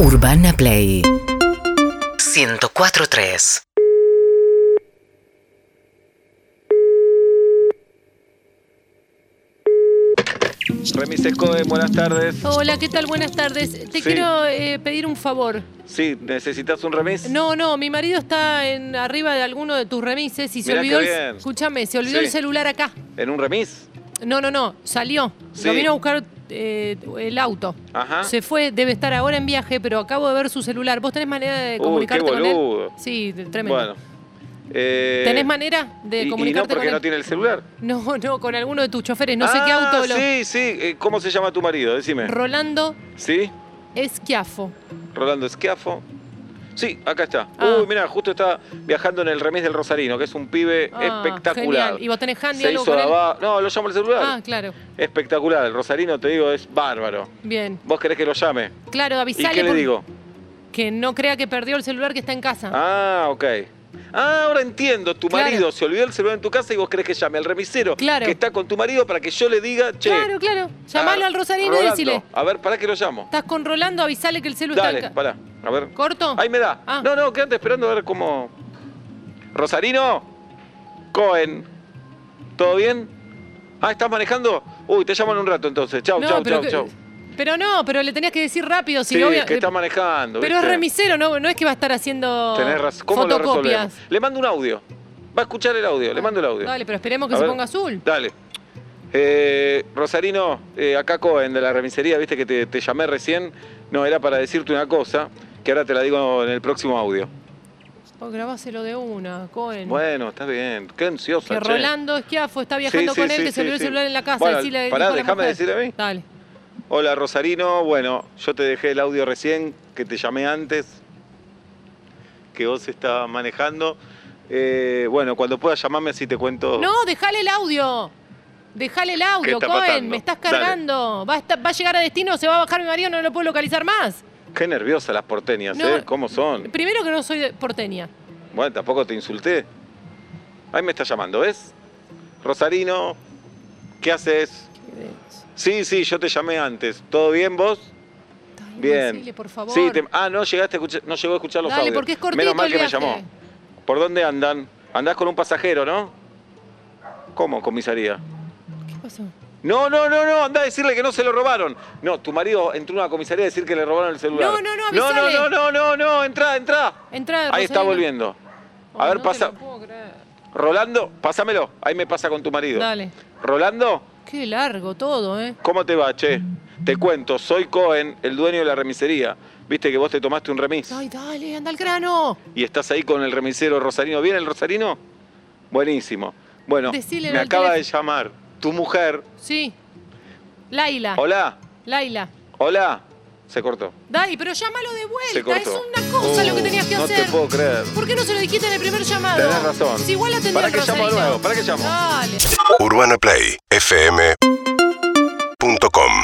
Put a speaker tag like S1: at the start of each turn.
S1: Urbana Play 104.3
S2: Remy Secoe, eh, buenas tardes.
S3: Hola, ¿qué tal? Buenas tardes. Te
S2: Sí.
S3: quiero eh, pedir un favor.
S2: Sí, ¿necesitas un remis?
S3: No, no, mi marido está en arriba de alguno de tus remises y se
S2: Mirá
S3: olvidó.
S2: qué
S3: el-
S2: bien.
S3: Escúchame, se olvidó
S2: Sí.
S3: el celular acá.
S2: ¿En un remis?
S3: No, no, no, salió.
S2: Sí. Ah.
S3: Lo vino a buscar eh, el auto.
S2: Ajá.
S3: Se fue, debe estar ahora en viaje, pero acabo de ver su celular. ¿Vos tenés manera de
S2: Uy,
S3: comunicarte
S2: qué
S3: con él?
S2: boludo.
S3: Sí, de- tremendo.
S2: Bueno. Eh,
S3: ¿Tenés manera de
S2: y- y, no
S3: comunicarte
S2: porque no
S3: con él?
S2: tiene el celular.
S3: No, no, con alguno de tus choferes. No sé
S2: Ah,
S3: qué auto. lo-
S2: Sí, sí. eh, ¿Cómo se llama tu marido? Decime.
S3: Rolando
S2: ¿Sí?
S3: Esquiafo.
S2: Rolando Schiaffo. Sí, acá está.
S3: Ah.
S2: Uy, mira, justo está viajando en el remis del Rosarino, que es un pibe
S3: Ah,
S2: espectacular.
S3: genial. ¿Y vos tenés handy
S2: se
S3: algo
S2: hizo
S3: con él?
S2: daba- No, lo llamo al celular.
S3: Ah, claro.
S2: Espectacular. El Rosarino, te digo, es bárbaro.
S3: Bien.
S2: ¿Vos querés que lo llame?
S3: Claro,
S2: ¿Y
S3: avisale.
S2: qué le
S3: por-
S2: digo?
S3: Que no crea que perdió el celular que está en casa.
S2: Ah, ok. Ah, ahora entiendo. Tu
S3: Claro.
S2: marido se olvidó el celular en tu casa y vos querés que llame al remisero
S3: Claro.
S2: que está con tu marido para que yo le diga, che.
S3: Claro, claro. Llamalo
S2: ah,
S3: al Rosarino y
S2: Rolando,
S3: decile.
S2: A ver, ¿para qué lo llamo?
S3: Estás con Rolando, avisale que el celular está
S2: Dale,
S3: en casa.
S2: pará. A ver.
S3: ¿Corto?
S2: Ahí me da.
S3: Ah.
S2: No, no, quédate esperando a ver cómo. Rosarino. Cohen. ¿Todo bien? Ah, ¿estás manejando? Uy, te llamo en un rato entonces. Chau,
S3: No,
S2: chau,
S3: pero
S2: chau,
S3: que-
S2: chau.
S3: Pero no, pero le tenías que decir rápido. Si
S2: sí,
S3: obvia-
S2: es que estás manejando.
S3: Pero es
S2: ¿viste?
S3: remisero, no, no es que va a estar haciendo
S2: Tenés razón. ¿Cómo lo
S3: fotocopias.
S2: resolvemos? Le mando un audio. Va a escuchar el audio, le mando el audio.
S3: Dale, pero esperemos que
S2: A
S3: se
S2: ver.
S3: ponga azul.
S2: Dale. Eh, Rosarino, eh, acá Cohen de la remisería, viste que te, te llamé recién. No, era para decirte una cosa, que ahora te la digo en el próximo audio.
S3: O Oh, grabáselo de una, Cohen.
S2: Bueno, está bien. Qué ansiosa,
S3: que
S2: che.
S3: Rolando Esquiafo está viajando
S2: Sí, sí,
S3: con él,
S2: sí,
S3: que
S2: sí,
S3: se olvidó
S2: sí.
S3: el celular en la casa.
S2: Bueno,
S3: decile,
S2: pará,
S3: dijo la
S2: déjame
S3: mujer.
S2: decir a mí.
S3: Dale.
S2: Hola, Rosarino. Bueno, yo te dejé el audio recién, que te llamé antes, que vos estabas manejando. Eh, bueno, cuando puedas llamarme así te cuento.
S3: No, dejale el audio. Dejale el
S2: ¿Qué
S3: audio,
S2: está
S3: Cohen.
S2: pasando?
S3: Me estás
S2: Dale.
S3: cargando. Va a, esta- va a llegar a destino, se va a bajar mi marido, no lo puedo localizar más.
S2: Qué nerviosa las porteñas,
S3: No.
S2: ¿eh? ¿Cómo son?
S3: Primero que no soy de- porteña.
S2: Bueno, tampoco te insulté. Ahí me está llamando, ¿ves? Rosarino, ¿qué haces? Sí, sí, yo te llamé antes. ¿Todo bien vos?
S3: Ay,
S2: Bien.
S3: Mansile, por favor.
S2: Sí, te- ah, no llegaste a escuchar- no llegó a escuchar los
S3: Dale,
S2: audios.
S3: porque es cortito
S2: Menos mal
S3: el
S2: que me
S3: viaje.
S2: llamó. ¿Por dónde andan? Andás con un pasajero, ¿no? ¿Cómo, comisaría?
S3: ¿Qué pasó?
S2: No, no, no, no, andá a decirle que no se lo robaron. No, tu marido entró a una comisaría a decir que le robaron el celular.
S3: No, no, no,
S2: No,
S3: avisale.
S2: no, no, no, no, entrá, entrá.
S3: Entra,
S2: Ahí está
S3: Rosalina.
S2: volviendo. A
S3: Ay,
S2: ver,
S3: no te
S2: pasa.
S3: lo puedo creer.
S2: Rolando, pásamelo. Ahí me pasa con tu marido.
S3: Dale.
S2: Rolando,
S3: Qué largo todo, ¿eh?
S2: ¿cómo te va, che? Te cuento, soy Cohen, el dueño de la remisería. Viste que vos te tomaste un remis
S3: Ay, dale, anda al grano.
S2: y estás ahí con el remisero Rosarino. ¿Viene el Rosarino? Buenísimo. Bueno,
S3: Decile
S2: me
S3: al
S2: acaba de
S3: teléfono.
S2: llamar tu mujer.
S3: Sí. Laila.
S2: Hola,
S3: Laila.
S2: hola. Se cortó.
S3: Dale, pero llámalo de
S2: Se
S3: vuelta. Es
S2: cortó. Uh,
S3: una cosa lo que tenías que
S2: no
S3: hacer.
S2: No te puedo creer.
S3: ¿Por qué no se lo dijiste en el primer llamado?
S2: Tenés razón.
S3: Si igual atendés
S2: ¿Para
S3: al
S2: qué llamo de
S3: Rosarino.
S2: nuevo? ¿Para qué llamo?
S3: Dale.
S4: UrbanaPlayFM.com